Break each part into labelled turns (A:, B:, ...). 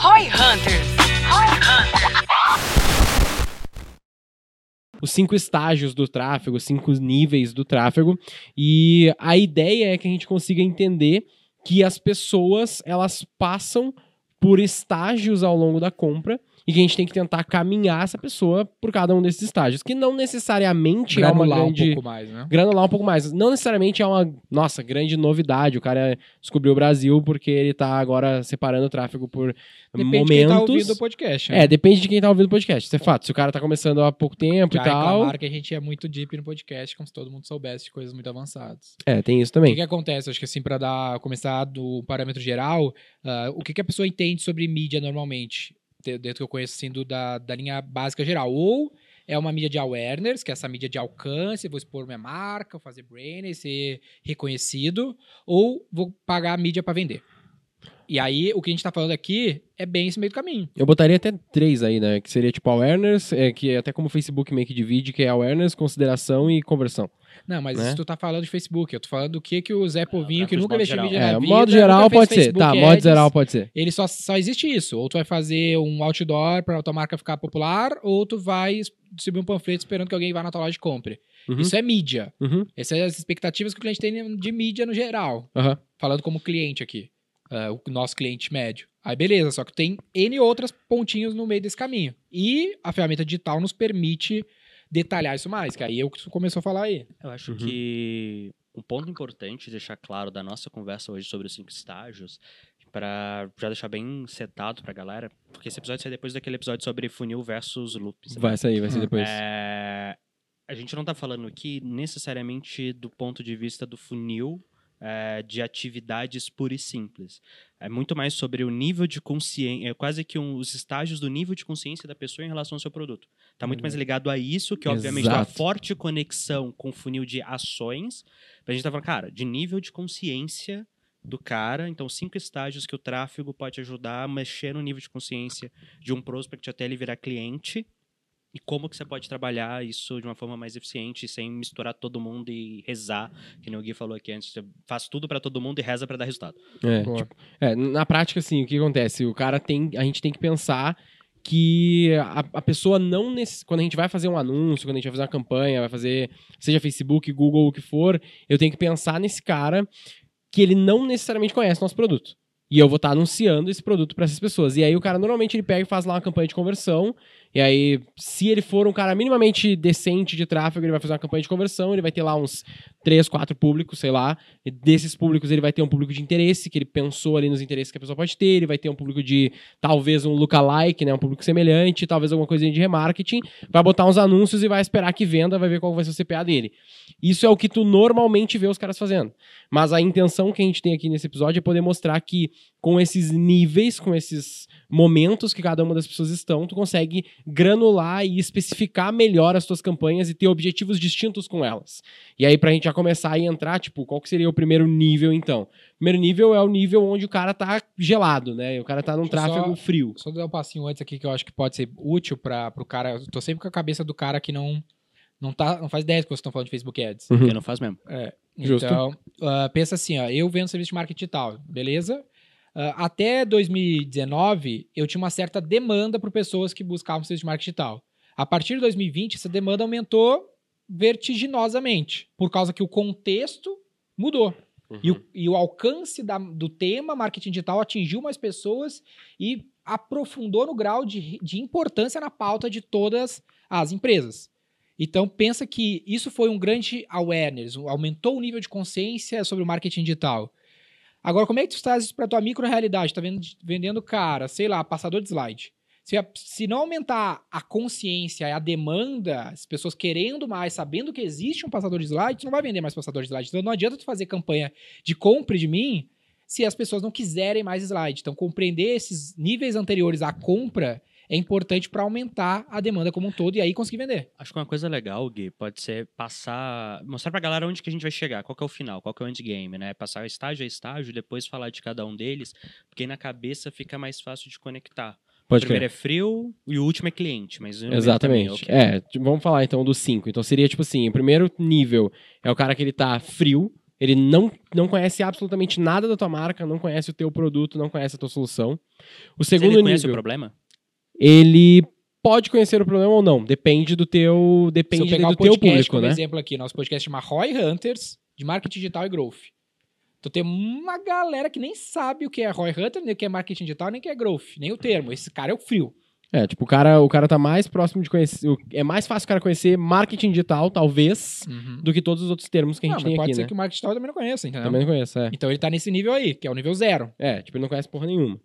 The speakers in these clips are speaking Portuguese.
A: Roy Hunters. Roy Hunters.
B: os cinco estágios do tráfego, os cinco níveis do tráfego. E a ideia é que a gente consiga entender que as pessoas elas passam por estágios ao longo da compra e que a gente tem que tentar caminhar essa pessoa por cada um desses estágios, que não necessariamente é uma
C: Granular um
B: grande
C: pouco mais, né?
B: granular um pouco mais. Não necessariamente é uma, nossa, grande novidade. O cara descobriu o Brasil porque ele tá agora separando o tráfego por
C: Depende
B: momentos.
C: de quem tá ouvindo o podcast. né?
B: É, depende de quem tá ouvindo o podcast. Isso é fato. Se o cara tá começando há pouco tempo
C: Já
B: e tal.
C: reclamaram que a gente é muito deep no podcast, como se todo mundo soubesse de coisas muito avançadas.
B: É, tem isso
C: O que,
B: também.
C: que acontece? Acho que assim, pra dar, começar do parâmetro geral, ah, o que, que a pessoa entende sobre mídia normalmente? De- Dentro que eu conheço, assim, do, da, da linha básica geral. Ou é uma mídia de awareness, que é essa mídia de alcance, vou expor minha marca, vou fazer branding, ser reconhecido, ou vou pagar a mídia pra vender. E aí, o que a gente tá falando aqui é bem esse meio do caminho.
B: Eu botaria até três aí, né? Que seria tipo awareness, é, que é até como o Facebook meio que divide, que é awareness, consideração e conversão.
C: Não, mas
B: Né?
C: isso tu tá falando de Facebook. Eu tô falando do que, que o Zé Povinho, que
D: gráficos
C: nunca
D: modo
C: investiu em
D: geral.
C: mídia
B: É,
C: na vida,
B: modo
C: nunca
B: geral
C: fez
B: pode ser.
C: Facebook é
B: Tá, modo
C: ads,
B: geral pode ser.
C: Ele só, só existe isso. Ou tu vai fazer um outdoor pra tua marca ficar popular, ou tu vai es- distribuir um panfleto esperando que alguém vá na tua loja e compre.
B: Uhum.
C: Isso é mídia.
B: Uhum,
C: Essas são as expectativas que o cliente tem de mídia no geral.
B: aham.
C: Falando como cliente aqui. ah, o nosso cliente médio. Aí beleza, só que tem N outras pontinhos no meio desse caminho. E a ferramenta digital nos permite detalhar isso mais, que aí é o que tu começou a falar aí.
D: Eu acho
B: Uhum.
D: que um ponto importante deixar claro da nossa conversa hoje sobre os cinco estágios, para já deixar bem setado pra galera, porque esse episódio sai depois daquele episódio sobre funil versus loops. né?
B: Vai sair, vai ser
C: Hum.
B: depois.
D: É, a gente não tá falando aqui necessariamente do ponto de vista do funil é, de atividades pura e simples. É muito mais sobre o nível de consciência, é quase que um- os estágios do nível de consciência da pessoa em relação ao seu produto. Tá muito mais ligado a isso, que obviamente tem uma
B: Exato.
D: forte conexão com o funil de ações. Mas A gente tá falando, cara, de nível de consciência do cara, então cinco estágios que o tráfego pode ajudar a mexer no nível de consciência de um prospect até ele virar cliente e como que você pode trabalhar isso de uma forma mais eficiente sem misturar todo mundo e rezar, que nem o Gui falou aqui antes, você faz tudo pra todo mundo e reza pra dar resultado.
B: É,
C: Boa.
B: tipo, é, na prática, assim, o que acontece? O cara tem. A gente tem que pensar que a, a pessoa não. nesse- quando a gente vai fazer um anúncio, quando a gente vai fazer uma campanha, vai fazer. Seja Facebook, Google, o que for, eu tenho que pensar nesse cara que ele não necessariamente conhece o nosso produto. E eu vou estar anunciando esse produto para essas pessoas. E aí o cara normalmente ele pega e faz lá uma campanha de conversão. E aí, se ele for um cara minimamente decente de tráfego, ele vai fazer uma campanha de conversão, ele vai ter lá uns três, quatro públicos, sei lá. E desses públicos ele vai ter um público de interesse, que ele pensou ali nos interesses que a pessoa pode ter, ele vai ter um público de talvez um lookalike, né, um público semelhante, talvez alguma coisinha de remarketing, vai botar uns anúncios e vai esperar que venda, vai ver qual vai ser o CPA dele. Isso é o que tu normalmente vê os caras fazendo. Mas a intenção que a gente tem aqui nesse episódio é poder mostrar que com esses níveis, com esses momentos que cada uma das pessoas estão, tu consegue granular e especificar melhor as tuas campanhas e ter objetivos distintos com elas. E aí, pra gente já começar a entrar, tipo, qual que seria o primeiro nível, então? Primeiro nível é o nível onde o cara tá gelado, né? O cara tá num
C: Deixa eu
B: tráfego
C: só-
B: frio.
C: Só dar um passinho antes aqui que eu acho que pode ser útil para o cara. Eu tô sempre com a cabeça do cara que não não tá, não faz ideia do que vocês estão falando de Facebook Ads.
B: Uhum.
D: Porque não faz mesmo.
B: Justo.
C: Então, ah, pensa assim, ó, eu vendo serviço de marketing digital, beleza? Ah, até 2019, eu tinha uma certa demanda por pessoas que buscavam serviço de marketing digital. A partir de 2020, essa demanda aumentou vertiginosamente, por causa que o contexto mudou. E
B: Uhum.
C: o, e o alcance da- do tema marketing digital atingiu mais pessoas e aprofundou no grau de, de importância na pauta de todas as empresas. Então, pensa que isso foi um grande awareness, um- aumentou o nível de consciência sobre o marketing digital. Agora, como é que tu traz isso para tua micro realidade? Tá vendo- vendendo cara, sei lá, passador de slide. Se, a- se não aumentar a consciência, e a demanda, as pessoas querendo mais, sabendo que existe um passador de slide, tu não vai vender mais passador de slide. Então, não adianta tu fazer campanha de compre de mim se as pessoas não quiserem mais slide. Então, compreender esses níveis anteriores à compra é importante para aumentar a demanda como um todo e aí conseguir vender.
D: Acho que uma coisa legal, Gui, pode ser passar. Mostrar pra galera onde que a gente vai chegar, qual que é o final, qual que é o endgame, né? Passar estágio a estágio e depois falar de cada um deles, porque aí na cabeça fica mais fácil de conectar. O
B: Pode
D: primeiro é frio e o último é cliente, mas no meio também,
B: Exatamente.
D: ok.
B: É, t- vamos falar então dos cinco. Então seria tipo assim, o primeiro nível é o cara que ele tá frio, Ele não, não conhece absolutamente nada da tua marca, não conhece o teu produto, não conhece a tua solução. O segundo
D: ele conhece o
B: nível,
D: problema?
B: ele pode conhecer o problema ou não, depende do teu,
C: Se eu
B: depende
C: pegar
B: do
C: o podcast
B: teu público,
C: como
B: né?
C: exemplo aqui, nosso podcast chama Roy Hunters, de marketing digital e growth. Então tem uma galera que nem sabe o que é Roy Hunter, nem o que é marketing digital, nem o que é growth, nem o termo. Esse cara é o frio.
B: É, tipo, o cara, o cara tá mais próximo de conhecer. o- É mais fácil o cara conhecer marketing digital, talvez, do que todos os outros termos que a
C: Não,
B: gente
C: Ah, mas
B: tem
C: pode
B: aqui,
C: ser
B: né?
C: Uhum. que o marketing digital eu também não conheça, entendeu?
B: Também não conheço, é.
C: Então ele tá nesse nível aí, que é o nível zero.
B: É, tipo, ele não conhece porra nenhuma.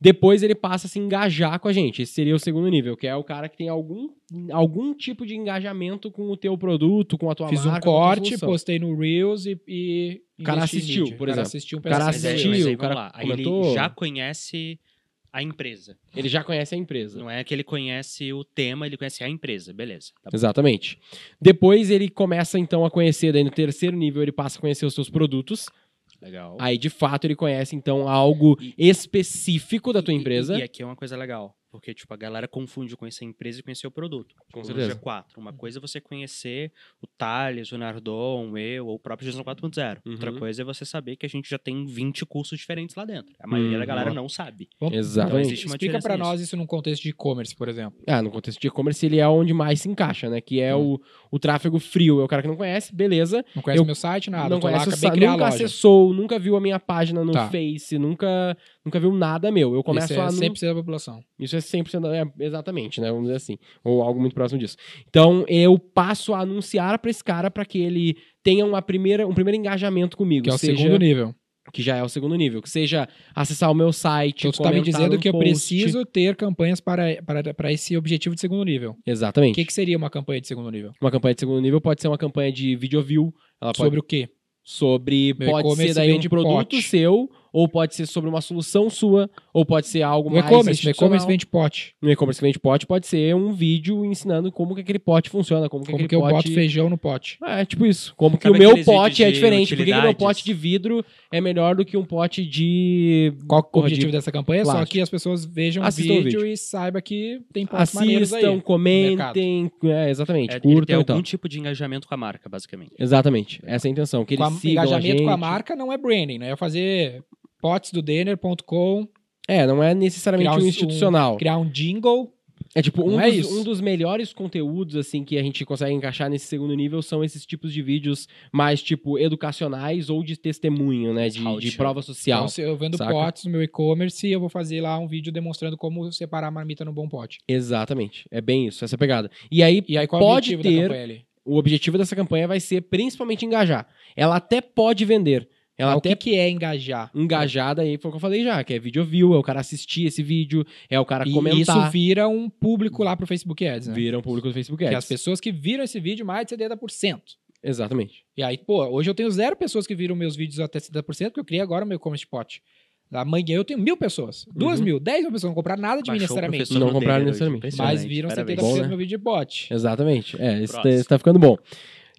B: Depois ele passa a se engajar com a gente. Esse seria o segundo nível, que é o cara que tem algum, algum tipo de engajamento com o teu produto, com a tua
C: Fiz um
B: marca. com a tua
C: corte,
B: solução.
C: postei no Reels e. e
B: O cara
C: investi em
B: assistiu,
C: mídia.
B: por
C: O cara
B: exemplo.
C: assistiu, um
B: O cara
C: pensou,
D: Mas aí,
B: assistiu,
D: mas aí,
B: o cara
D: vamos lá. Aí
B: comentou.
D: ele já conhece a empresa.
B: Ele já conhece a empresa.
D: Não é que ele conhece o tema, ele conhece a empresa. Beleza. Tá bom.
B: Exatamente. Depois ele começa então a conhecer, daí no terceiro nível ele passa a conhecer os seus produtos.
D: Legal.
B: Aí de fato ele conhece então algo específico da tua
D: E-
B: empresa.
D: E, e aqui é uma coisa legal, porque tipo a galera confunde conhecer a empresa e conhecer o produto. Tipo, Com
B: certeza.
D: G4.
C: Uhum.
D: Uma coisa é você conhecer o Thales, o Nardon, eu ou o próprio G 4.0.
B: Uhum.
D: Outra coisa é você saber que a gente já tem 20 cursos diferentes lá dentro. A maioria
B: Uhum.
D: da galera não sabe.
C: Vamos-
D: Então,
B: Exatamente.
D: existe uma
C: Explica
D: diferença
C: pra
D: nisso.
C: nós isso num contexto de e-commerce, por exemplo.
B: Ah, no contexto de e-commerce ele é onde mais se encaixa, né? Que é
D: Hum.
B: o, o tráfego frio. É o cara que não conhece, beleza.
C: Não conhece
B: Eu-
C: meu site, nada.
B: não
C: tô lá,
B: conhece o
C: acabei
B: sa-
C: de criar a
B: nunca
C: loja.
B: acessou, nunca viu a minha página no
C: Tá.
B: Face, nunca, nunca viu nada meu. Eu começo
C: Isso é
B: a. nu-
C: 100% da população.
B: Isso é 100%, da- é, exatamente, né? Vamos dizer assim. Ou algo muito próximo disso. Então, eu passo a anunciar pra esse cara pra que ele tenha uma primeira, um primeiro engajamento comigo.
C: Que é o
B: seja-
C: segundo nível.
B: Que já é o segundo nível. Que seja acessar o meu site.
C: Então, tu tá me
B: comentar
C: dizendo
B: num
C: que eu
B: post.
C: preciso ter campanhas para, para, para esse objetivo de segundo nível. O
B: Exatamente.
C: que, que seria uma campanha de segundo nível?
B: Uma campanha de segundo nível pode ser uma campanha de video view. Ela pode
C: Sobre o quê?
B: sobre
C: Meu
B: pode
C: e-commerce
B: ser daí um
C: vende
B: produto
C: pote.
B: seu ou pode ser sobre uma solução sua ou pode ser algo
C: No
B: mais
C: Um e-commerce. No
B: institucional.
C: e-commerce vende pote.
B: no e-commerce que vende pote pode ser um vídeo ensinando como que aquele pote funciona como que
C: Como
B: aquele
C: que eu
B: pote
C: boto feijão no pote?
B: é tipo isso como
C: Tá
B: que
D: Sabe
B: o meu
D: aqueles
B: pote
D: vídeos
B: é
D: de
B: diferente por que que o meu
D: utilidades?
B: pote de vidro é melhor do que um pote de
C: Qual que é o
B: Porra, de
C: objetivo dessa campanha? Só
B: plástico.
C: que as pessoas vejam o
B: Assistam o
C: vídeo,
B: vídeo.
C: e saiba que tem potes maneiros
B: assistam
C: aí.
B: comentem é, exatamente
D: É, ele tem
B: curtam e
D: algum
B: tal
D: tipo de engajamento com a marca, basicamente.
B: exatamente essa é a intenção que
C: Com
B: eles
C: a,
B: sigam a
C: engajamento
B: gente
C: com a marca não é branding, né? É fazer potesdodenner.com,
B: é não é necessariamente
C: Criar
B: um
C: um-
B: institucional
C: criar um jingle.
B: É tipo, um,
C: Não é
B: dos,
C: isso.
B: um dos melhores conteúdos, assim, que a gente consegue encaixar nesse segundo nível são esses tipos de vídeos mais, tipo, educacionais ou de testemunho, né? De,
D: How
B: de
D: to.
B: prova social.
C: Então, se eu vendo
B: saca?
C: potes no meu e-commerce, eu vou fazer lá um vídeo demonstrando como separar a marmita no bom pote.
B: Exatamente. É bem isso, essa pegada. E aí,
C: E aí qual
B: Pode
C: é o objetivo
B: ter-
C: da campanha ali?
B: o objetivo dessa campanha vai ser principalmente engajar. Ela até pode vender. Ela
C: Mas o
B: até Hum,
C: que, que é engajar?
B: engajada aí, foi o que eu falei já, que é video view, é o cara assistir esse vídeo, é o cara
C: E isso
B: comentar.
C: vira um público lá pro Facebook Ads, né?
B: Viram público do Facebook
C: Que
B: Ads.
C: as pessoas que viram esse vídeo, mais de 70%.
B: Exatamente.
C: E aí, pô, hoje eu tenho zero pessoas que viram meus vídeos até 70%, porque eu criei agora o meu commerce pot. Amanhã eu tenho mil pessoas, duas
B: Uhum.
C: mil, dez mil pessoas, não compraram nada de mim necessariamente.
B: Não compraram necessariamente.
C: Mas viram 70%
D: é Parabéns.
B: Bom, né?
C: do meu vídeo de bot.
B: Exatamente. É, isso tá,
D: Próximo.
B: isso tá ficando bom.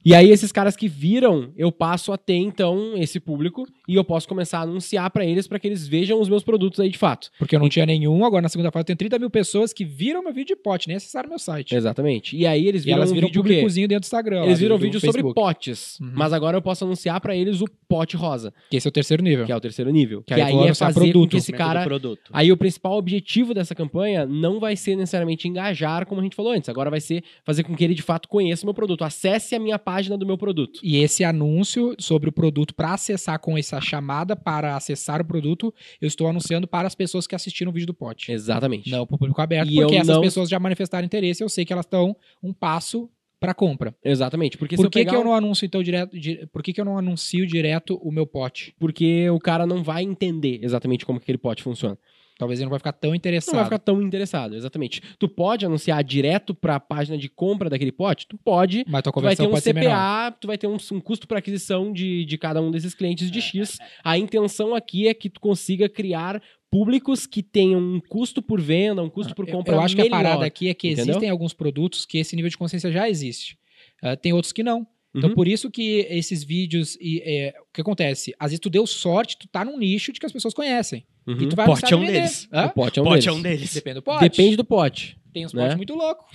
B: E aí, esses caras que viram, eu passo a ter, então, esse público e eu posso começar a anunciar pra eles pra que eles vejam os meus produtos aí de fato.
C: Porque eu não tinha nenhum, agora na segunda fase eu tenho 30 mil pessoas que viram meu vídeo de pot, nem acessaram meu site.
B: Exatamente. E aí, eles
C: E
B: viram,
C: elas
B: um
C: viram um
B: vídeo o quê?
C: públicozinho dentro do Instagram. lá,
B: Eles viram um
C: do
B: vídeo sobre
C: Facebook,
B: potes,
C: Uhum.
B: mas agora eu posso anunciar pra eles o pote rosa,
C: Que esse é o terceiro nível.
B: que é o terceiro nível. Que,
C: Que aí eu vou
B: aí é
C: anunciar
B: fazer com
C: produto.
B: que esse cara
D: produto.
C: Ah,
B: Aí o principal objetivo dessa campanha não vai ser necessariamente engajar, como a gente falou antes. Agora vai ser fazer com que ele de fato conheça o meu produto, acesse a minha página do meu produto.
C: E esse anúncio sobre o produto para acessar com essa chamada para acessar o produto, eu estou anunciando para as pessoas que assistiram o vídeo do pote.
B: Exatamente.
C: Não para o público aberto,
B: E
C: porque
B: eu
C: essas
B: não-
C: pessoas já manifestaram interesse, eu sei que elas estão um passo para compra.
B: Exatamente. Porque se
C: Por que,
B: eu pegar
C: que eu
B: um-
C: não anuncio então direto, di- por que, que eu não anuncio direto o meu pote?
B: porque o cara não vai entender exatamente como que aquele pote funciona.
C: Talvez ele não vai ficar tão
B: Não
C: interessado.
B: vai ficar tão interessado, exatamente. Tu pode anunciar direto pra página de compra daquele pote? Tu pode.
C: Mas tua
B: Tu vai
C: conversão
B: ter um
C: pode ser menor.
B: CPA, tu vai ter um, um custo para aquisição de, de cada um desses clientes de X. A intenção aqui é que tu consiga criar públicos que tenham um custo por venda, um custo por
C: Eu,
B: compra
C: eu acho que a
B: melhor.
C: parada aqui é que
B: entendeu?
C: existem alguns produtos que esse nível de consciência já existe. Ah, tem outros que não. Então,
B: Uhum.
C: por isso que esses vídeos. E, é, o que acontece? Às vezes tu deu sorte, tu tá num nicho de que as pessoas conhecem.
B: Uhum.
C: E tu vai
D: Pote
C: anunciar
D: é um
C: de vender.
D: deles.
C: Hã?
B: O pote é um
D: Pote
B: deles.
D: é um deles.
C: Depende do pote.
B: Depende do pote.
C: Tem uns potes
B: Né?
C: muito louco.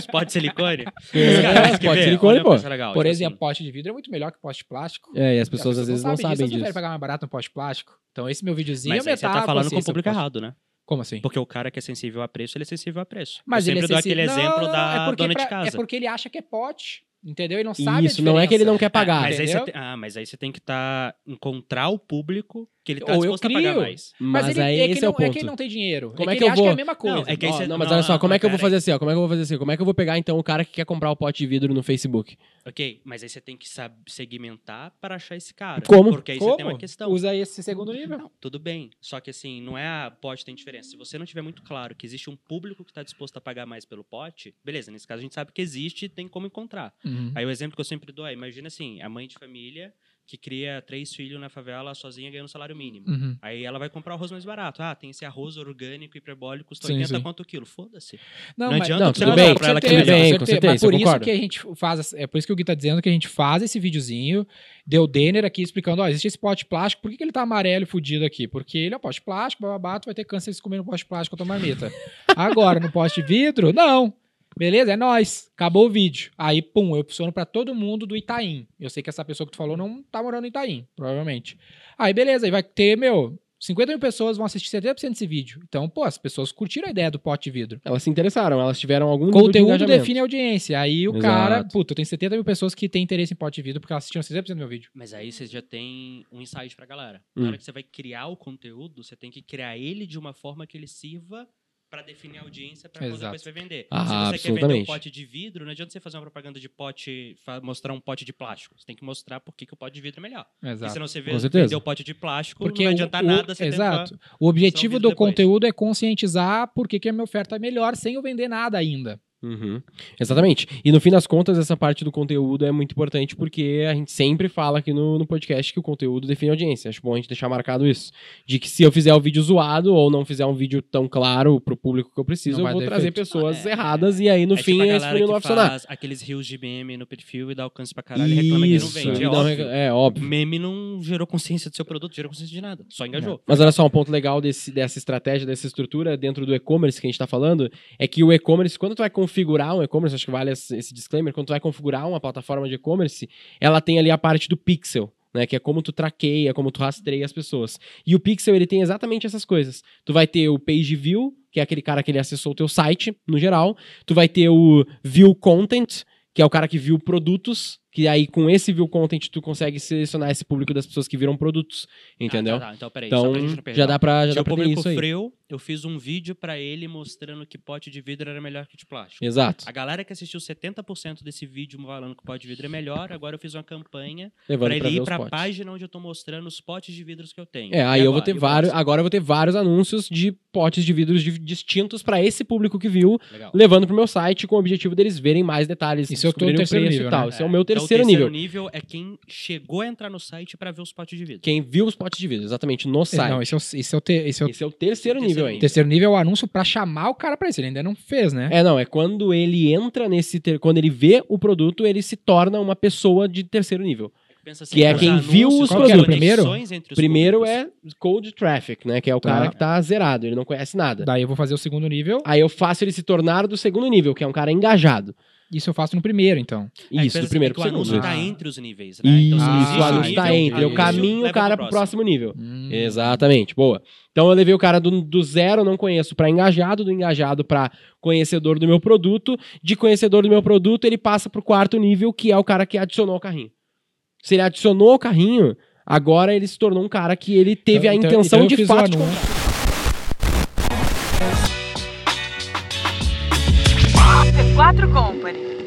D: Spot de silicone.
B: É,
D: Cara, mas quer
B: pode
D: ver?
B: silicone,
D: Olha uma
B: pô.
D: coisa legal,
C: Por
D: tipo
C: exemplo,
D: assim,
C: pote de vidro é muito melhor que pote de plástico.
B: É, e as
C: E as
B: pessoas às vezes não sabem
C: elas preferem
B: disso.
C: pagar mais barato um pote de plástico. Então esse meu videozinho
D: mas
C: é
D: aí
C: metade.
D: você tá falando com o público errado, né?
C: Como assim?
D: Porque o cara que é sensível a preço, ele é sensível a preço.
C: Mas
D: eu
C: ele é
D: sempre dou
C: sensível-
D: aquele
C: Não,
D: exemplo
C: não,
D: da
C: é porque
D: dona
C: pra-
D: de casa.
C: É porque ele acha que é pote, entendeu? Ele não sabe
B: Isso, não é que ele não quer
D: Ah,
B: pagar.
D: mas, aí você
C: entendeu?
D: tem- ah, mas aí você tem que tá, encontrar o público que ele tá
C: Ou eu
D: disposto a pagar
C: crio.
D: mais.
C: Mas,
B: Mas
C: ele,
B: aí
C: é que
B: esse é
C: não,
B: o ponto.
C: que ele não tem dinheiro.
B: Como
C: é
B: é
C: que,
B: que
C: ele
B: eu
C: acha que é a
B: vou?
C: mesma coisa.
D: é que aí
B: Ó,
D: você-
B: não, mas
D: não,
B: olha só,
D: não,
B: como é que eu vou
D: pera aí.
B: fazer assim, ó? Como é que eu vou fazer assim? Como é que eu vou pegar, então, o cara que quer comprar o pote de vidro no Facebook?
D: Ok, mas aí você tem que sab- segmentar para achar esse cara.
B: Como?
D: Porque aí você tem uma
C: Como?
D: questão.
C: Usa esse segundo nível.
D: Tudo bem. Só que assim, não é a pote tem diferença. Se você não tiver muito claro que existe um público que está disposto a pagar mais pelo pote, beleza, nesse caso a gente sabe que existe e tem como encontrar.
C: Uhum.
D: Aí o exemplo que eu sempre dou é, imagina assim, a mãe de família que cria três filhos na favela sozinha ganhando salário mínimo.
C: Uhum.
D: Aí ela vai comprar o arroz mais barato. Ah, tem esse arroz orgânico hiperbólico, custa
C: Sim,
D: 80
C: sim.
D: quanto o quilo. Foda-se.
C: Não,
D: Não
C: mas-
D: adianta
B: não,
D: você
B: tudo
D: mandar
B: bem,
D: pra ela que
B: tudo
D: é melhor.
B: bem,
C: com
B: com
C: certeza. Mas
B: certeza,
C: por isso
B: concordo.
C: que a gente faz, é por isso que o Gui tá dizendo que a gente faz esse videozinho, deu Denner aqui explicando, ó, existe esse pote plástico, por que, que ele tá amarelo e fudido aqui? Porque ele é um pote plástico, bababá, tu vai ter câncer se comer no pote plástico com a tua marmita. Agora, no pote de vidro, não. Beleza? É nóis. Acabou o vídeo. Aí, pum, eu opciono pra todo mundo do Itaim. Eu sei que essa pessoa que tu falou não tá morando em Itaim, provavelmente. Aí, beleza, aí vai ter, meu, 50 mil pessoas vão assistir 70% desse vídeo. Então, pô, as pessoas curtiram a ideia do pote de vidro.
B: Elas se interessaram, elas tiveram algum um nível de
C: Conteúdo
B: engajamento.
C: define a audiência. Aí o
B: Exato.
C: cara, puta, eu tenho 70 mil pessoas que têm interesse em pote de vidro porque elas assistiam 60% do meu vídeo.
D: Mas aí você já tem um insight pra galera. Na
B: Hum.
D: hora que você vai criar o conteúdo, você tem que criar ele de uma forma que ele sirva pra definir a audiência pra quando
C: Exato.
D: depois você vai vender.
B: Ah,
D: Se você quer vender um
B: absolutamente.
D: pote de vidro, não adianta você fazer uma propaganda de pote, fa- mostrar um pote de plástico. Você tem que mostrar por que, que o pote de vidro é melhor. E se
C: Exato.
D: não você vê-
B: Com certeza.
D: vender o pote de plástico,
C: Porque
D: não
C: o-
D: vai adiantar
C: o-
D: nada você
C: exato.
D: tentar-
C: O objetivo
D: um vídeo
C: do
D: depois.
C: conteúdo é conscientizar por que que a minha oferta é melhor sem eu vender nada ainda.
B: Uhum. Exatamente. E no fim das contas, essa parte do conteúdo é muito importante porque a gente sempre fala aqui no, no podcast que o conteúdo define a audiência. Acho bom a gente deixar marcado isso. De que se eu fizer o vídeo zoado ou não fizer um vídeo tão claro pro público que eu preciso,
C: Não
B: eu
C: vai
B: vou
C: dar
B: trazer
C: efeito.
B: pessoas
D: Ah, é.
B: erradas e aí no
D: É tipo
B: fim
D: a
B: esse
D: galera
B: funil não vai
D: que
B: funcionar.
D: faz aqueles rios de meme no perfil e dá alcance pra caralho e reclama
B: isso.
D: que não vende.
B: e
D: É
B: não
D: óbvio.
B: reca- é óbvio.
D: Meme não gerou consciência do seu produto, gerou consciência de nada. Só engajou.
B: Mas olha só, um ponto legal desse- dessa estratégia, dessa estrutura dentro do e-commerce que a gente está falando, é que o e-commerce, quando tu vai configurar um e-commerce, acho que vale esse esse disclaimer, quando tu vai configurar uma plataforma de e-commerce, ela tem ali a parte do pixel. Né, que é como tu traqueia, como tu rastreia as pessoas. E o Pixel, ele tem exatamente essas coisas. Tu vai ter o Page View, que é aquele cara que ele acessou o teu site, no geral. Tu vai ter o View Content, que é o cara que viu produtos, que aí com esse View Content tu consegue selecionar esse público das pessoas que viram produtos, É. entendeu?
D: Ah, tá, tá. Então, peraí, só
B: Então,
D: pra gente não perder.
B: já dá pra, já
D: Tinha
B: dá
D: o
B: pra ter
D: público
B: isso aí.
D: freu, eu fiz um vídeo pra ele mostrando que pote de vidro era melhor que de plástico.
B: Exato.
D: A galera que assistiu 70% desse vídeo falando que o pote de vidro é melhor, agora eu fiz uma campanha
B: Levando
D: pra ele
B: pra ver
D: ir
B: os
D: pra
B: potes.
D: página onde eu tô mostrando os potes de vidros que eu tenho.
B: É, aí
D: E
B: eu vou
D: agora?
B: ter
D: E o
B: vários.
D: próximo?
B: Agora eu vou ter vários anúncios de potes de vidros di- distintos pra esse público que viu,
D: Legal.
B: levando pro meu site com o objetivo deles verem mais detalhes,
C: Isso é o teu
B: descobrirem
C: terceiro
B: preço
C: nível,
B: e tal.
C: né?
B: Esse é o meu
D: Então,
B: terceiro, nível.
D: nível é quem chegou a entrar no site pra ver os potes de vidro.
B: Quem viu os potes de vidro, exatamente, no site.
C: Não, esse é o, esse é o, te- esse é o
B: esse é o terceiro
D: Terceiro
B: nível ainda.
C: terceiro nível, é o anúncio pra chamar o cara pra isso. Ele ainda não fez, né?
B: É, não, é quando ele entra nesse. ter- Quando ele vê o produto, ele se torna uma pessoa de terceiro nível.
D: Pensa assim,
B: Que é
D: os
B: quem
D: anúncios,
B: viu os
D: qual que é o
B: produtos.
D: primeiro?
B: Primeiro é cold traffic, né? Que é o
C: Tá.
B: cara que tá zerado, ele não conhece nada.
C: Daí eu vou fazer o segundo nível.
B: Aí eu faço ele se tornar do segundo nível, que é um cara engajado.
C: Isso eu faço no primeiro, então.
B: Isso, do primeiro
D: É, que
B: pro
D: o
B: segundo. né?
D: anúncio tá
C: Ah.
D: entre os níveis, né?
B: Isso,
D: se
C: Ah,
B: isso,
D: existe
B: o
D: um
B: anúncio tá
D: nível,
B: entre. Eu
D: anúncio
B: caminho o
D: leva
B: cara pro próximo nível.
C: Hum.
B: Exatamente, boa. Então eu levei o cara do, do zero, não conheço, pra engajado, do engajado pra conhecedor do meu produto. De conhecedor do meu produto, ele passa pro quarto nível, que é o cara que adicionou o carrinho. Se ele adicionou o carrinho, agora ele se tornou um cara que ele teve
C: Então-
B: a
C: então-
B: intenção
C: então eu
B: de
C: fiz o
B: fato de
C: anúncio.
A: C4 Company.